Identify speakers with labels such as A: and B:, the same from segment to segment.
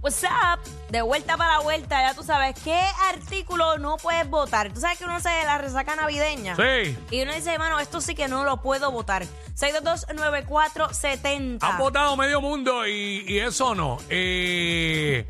A: What's up? De vuelta para vuelta, ya tú sabes qué artículo no puedes votar. Tú sabes que uno se la resaca navideña.
B: Sí.
A: Y uno dice, hermano, esto sí que no lo puedo votar. 6229470.
B: Han votado medio mundo y, y eso no. Eh,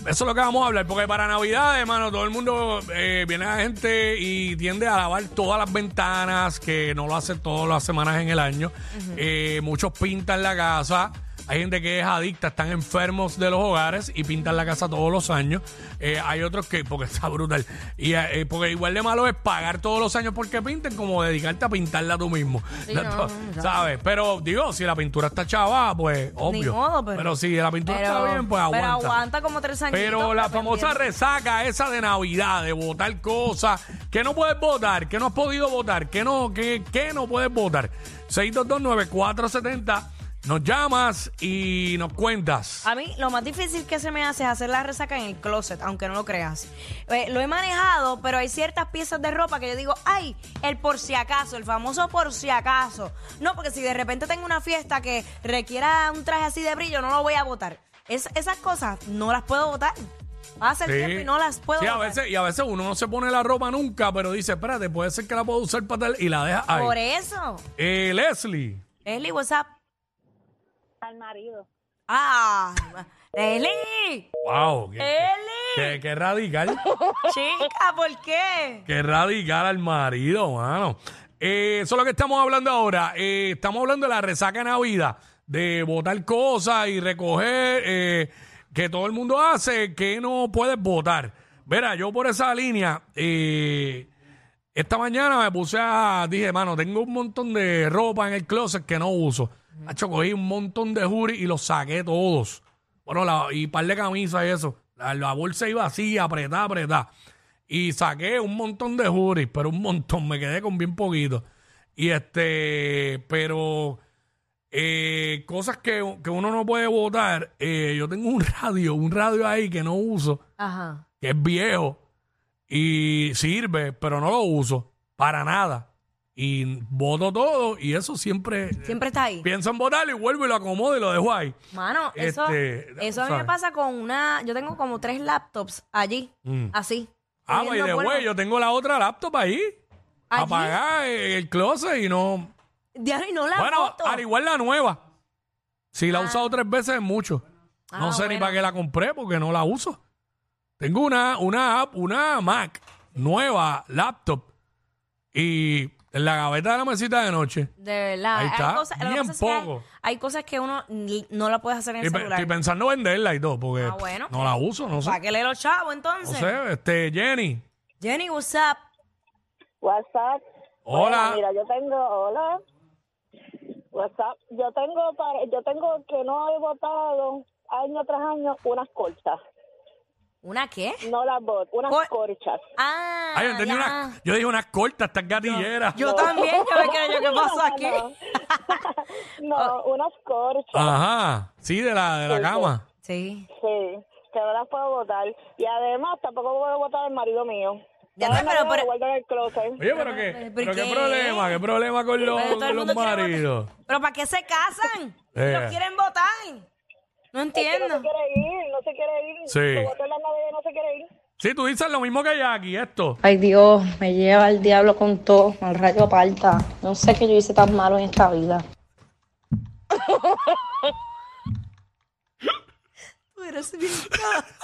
B: eso es lo que vamos a hablar, porque para Navidad, hermano, todo el mundo eh, viene la gente y tiende a lavar todas las ventanas, que no lo hace todas las semanas en el año. Eh, muchos pintan la casa. Hay gente que es adicta, están enfermos de los hogares y pintan la casa todos los años. Eh, hay otros que, porque está brutal. Y eh, porque igual de malo es pagar todos los años porque pinten, como dedicarte a pintarla tú mismo.
A: no, no, no.
B: ¿Sabes? Pero digo, si la pintura está chava, pues obvio.
A: modo, pero-
B: si la pintura
A: Pero-
B: está bien, pues aguanta.
A: Pero aguanta como tres años.
B: Pero la famosa resaca esa de Navidad, de votar cosas, que no puedes votar, que no has podido votar, que no, que, que no puedes votar. 6229470, nos llamas y nos cuentas.
A: A mí lo más difícil que se me hace es hacer la resaca en el closet, aunque no lo creas. Eh, lo he manejado, pero hay ciertas piezas de ropa que yo digo, ay, el por si acaso, el famoso por si acaso. No, porque si de repente tengo una fiesta que requiera un traje así de brillo, no lo voy a votar. Es- esas cosas no las puedo votar. Pasa el
B: Sí.
A: tiempo y no las puedo
B: Sí, a
A: votar.
B: veces, y a veces uno no se pone la ropa nunca, pero dice, espérate, puede ser que la puedo usar para tal, y la deja ahí.
A: Por eso.
B: Eh, Leslie,
A: Leslie, what's up?
C: al marido.
A: Ah, Leslie,
B: wow, qué,
A: Leslie,
B: qué- qué radical,
A: chica, ¿por qué?
B: qué radical al marido, mano. Eh, eso es lo que estamos hablando ahora. Eh, estamos hablando de la resaca de Navidad, de botar cosas y recoger, eh, que todo el mundo hace, que no puedes votar. Verá, yo por esa línea, eh, Esta mañana me puse a. Dije, mano, tengo un montón de ropa en el closet que no uso. Hacho, cogí un montón de juris y los saqué todos. Bueno, la- y par de camisas y eso. La, la bolsa iba así, apretada, apretada. Y saqué un montón de juris, pero un montón. Me quedé con bien poquito. Y este. Pero. eh, cosas que, que uno no puede votar. eh, yo tengo un radio, un radio ahí que no uso
A: Ajá.
B: que es viejo y sirve, pero no lo uso para nada. Y voto todo y eso siempre,
A: Siempre está ahí.
B: pienso en votarlo y vuelvo y lo acomodo y lo dejo ahí.
A: Mano, eso,
B: Este,
A: eso a mí
B: ¿sabes?
A: me pasa con una. Yo tengo como tres laptops allí,
B: Mm.
A: así.
B: Ah,
A: cogiendo
B: y de
A: polvo.
B: güey, yo tengo la otra laptop ahí.
A: Allí.
B: Apagada en el closet y no.
A: Diablo, y no la
B: bueno,
A: boto.
B: al igual la nueva. Si la he usado tres veces es mucho. No
A: Ah,
B: sé ni
A: bueno.
B: para qué la compré porque no la uso. Tengo una, una app, una Mac nueva, laptop. Y en la gaveta de la mesita de noche.
A: De verdad.
B: Ahí está,
A: Hay cosas, lo que
B: bien
A: pasa es que hay-
B: poco.
A: hay, cosas que uno ni- no la puedes hacer en
B: Y
A: el
B: pe-
A: celular.
B: estoy pensando venderla y todo porque
A: Ah, bueno.
B: pff, no la uso, no
A: ¿Para
B: sé.
A: qué le los chavos
B: No
A: entonces?
B: sé, este, Jenny.
A: Jenny, what's up?
C: WhatsApp.
B: Hola.
C: mira, yo tengo, hola. WhatsApp. Yo tengo, para- yo tengo que no he votado año tras año unas corchas.
A: ¿Una qué?
C: No las voto, unas
A: Cor-
C: corchas.
A: Ah,
B: Ay, yo, entendí
A: ya.
B: una- yo dije unas cortas, estas gatilleras.
A: Yo también, yo me quedé yo, ¿qué pasó aquí? ah.
C: No, unas corchas.
B: Ajá. Sí, de la, de la cama.
A: Sí.
C: Sí, que no las puedo votar. Y además tampoco puedo votar al marido mío.
A: Ya
C: Ahora
A: está, pero-
C: me
A: pero-
C: lo guardo en el closet.
B: Oye, pero qué,
A: ¿Pero
B: pero qué
A: qué?
B: problema, qué problema con los,
A: Pero todo el
B: con los
A: mundo quiere
B: maridos.
A: votar. ¿Pero para qué se casan? Si
B: Eh.
A: los quieren votar. No
C: Que no
A: entiendo.
C: se quiere ir, no se quiere ir.
B: Sí.
C: Se votó en la Navidad y no se quiere ir.
B: Sí, tú dices lo mismo que Jackie, esto.
D: Ay Dios, me lleva el diablo con todo, al rayo parta. No sé qué yo hice tan malo en esta vida.
A: Tú eres bien cara.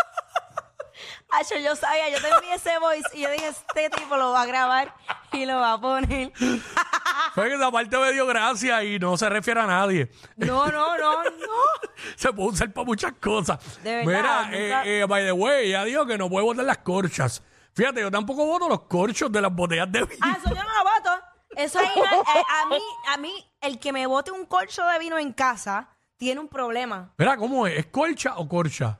A: Acho, yo sabía, yo te envié ese voice y yo dije, este tipo lo va a grabar y lo va a poner.
B: Fue Pues que esa parte me dio gracia y no se refiere a nadie.
A: No, no, no, no.
B: Se puede usar para muchas cosas.
A: De
B: Mira,
A: verdad, nunca-
B: eh, eh, by the way, ya dijo que no puede botar las corchas. Fíjate, yo tampoco voto los corchos de las botellas de vino.
A: Ah, eso yo no lo voto. Eso ahí, na- eh, a mí, a mí, el que me bote un corcho de vino en casa tiene un problema.
B: Mira, ¿cómo es? ¿Es corcha o corcha?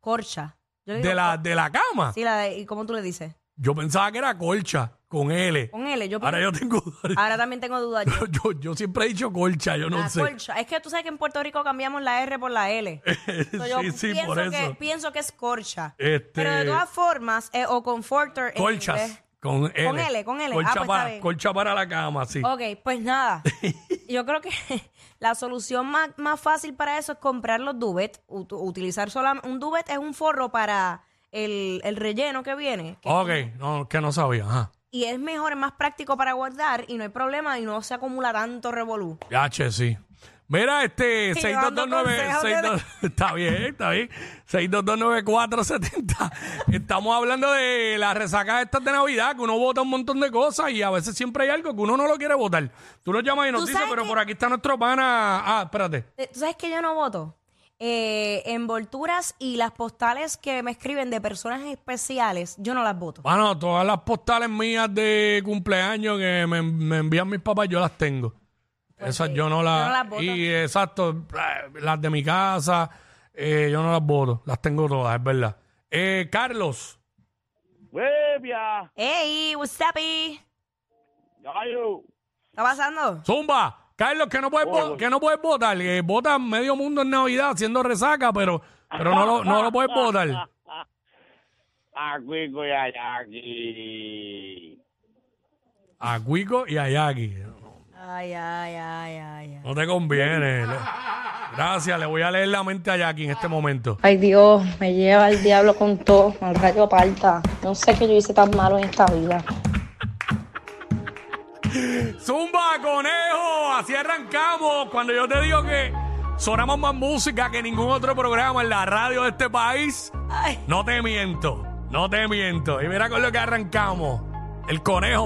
A: Corcha. Yo le digo,
B: De la, de la cama.
A: Sí, la de, ¿y cómo tú le dices?
B: Yo pensaba que era corcha, con L.
A: Con L. Yo, Ah.
B: Ahora yo tengo...
A: ahora también tengo dudas. yo.
B: yo, yo siempre he dicho corcha, yo no
A: La
B: sé.
A: corcha. Es que tú sabes que en Puerto Rico cambiamos la R por la L. So, yo
B: sí, sí,
A: pienso
B: por eso.
A: Que, pienso que es corcha.
B: Este-
A: Pero de todas formas, eh, o conforter. en
B: Colchas.
A: inglés.
B: Con L.
A: Con L, con L. Ah,
B: Colcha,
A: pues está
B: para,
A: bien.
B: colcha para la cama, sí.
A: Ok, pues nada. Yo creo que la solución más, más fácil para eso es comprar los dubet. ut- utilizar solamente. Un dubet es un forro para el, el relleno que viene. que-
B: Ok, no, que no sabía. Ajá.
A: y es mejor, es más práctico para guardar y no hay problema y no se acumula tanto revolú.
B: H, sí. Mira, este,
A: Sí, dando
B: 6229.
A: consejos
B: 62 Está bien, está bien. 629470. Estamos hablando de las resacas estas de Navidad, que uno vota un montón de cosas y a veces siempre hay algo que uno no lo quiere votar. Tú lo llamas y nos
A: ¿Tú
B: dices,
A: sabes
B: pero
A: que-
B: por aquí está nuestro pana. Ah, espérate.
A: Eh, ¿Tú sabes que yo no voto? Eh, envolturas y las postales que me escriben de personas especiales, yo no las voto.
B: Bueno, todas las postales mías de cumpleaños que me, me envían mis papás, yo las tengo. esas yo no las.
A: no las voto.
B: y exacto, las de mi casa, eh, yo no las voto. Las tengo todas, es verdad. Eh, Carlos.
E: ¡Bebia!
A: ¡Ey! What's up, y?
E: ¡Gallo!
A: ¿Está pasando?
B: Zumba, Carlos, que no puedes, vo- que no puedes votar. Eh, vota medio mundo en Navidad haciendo resaca, pero, pero no, lo, no lo puedes votar.
E: Aquí voy allá, aquí.
B: A Cuico y a Jackie.
A: Ay, ay, ay, ay. ay.
B: No te conviene. Le- Gracias, le voy a leer la mente a Jackie en este momento.
D: Ay Dios, me lleva el diablo con todo, al rayo parta. No sé qué yo hice tan malo en esta vida.
B: Zumba, conejo, así arrancamos. Cuando yo te digo que sonamos más música que ningún otro programa en la radio de este país,
A: Ay.
B: no te miento, no te miento. Y mira con lo que arrancamos. El conejo.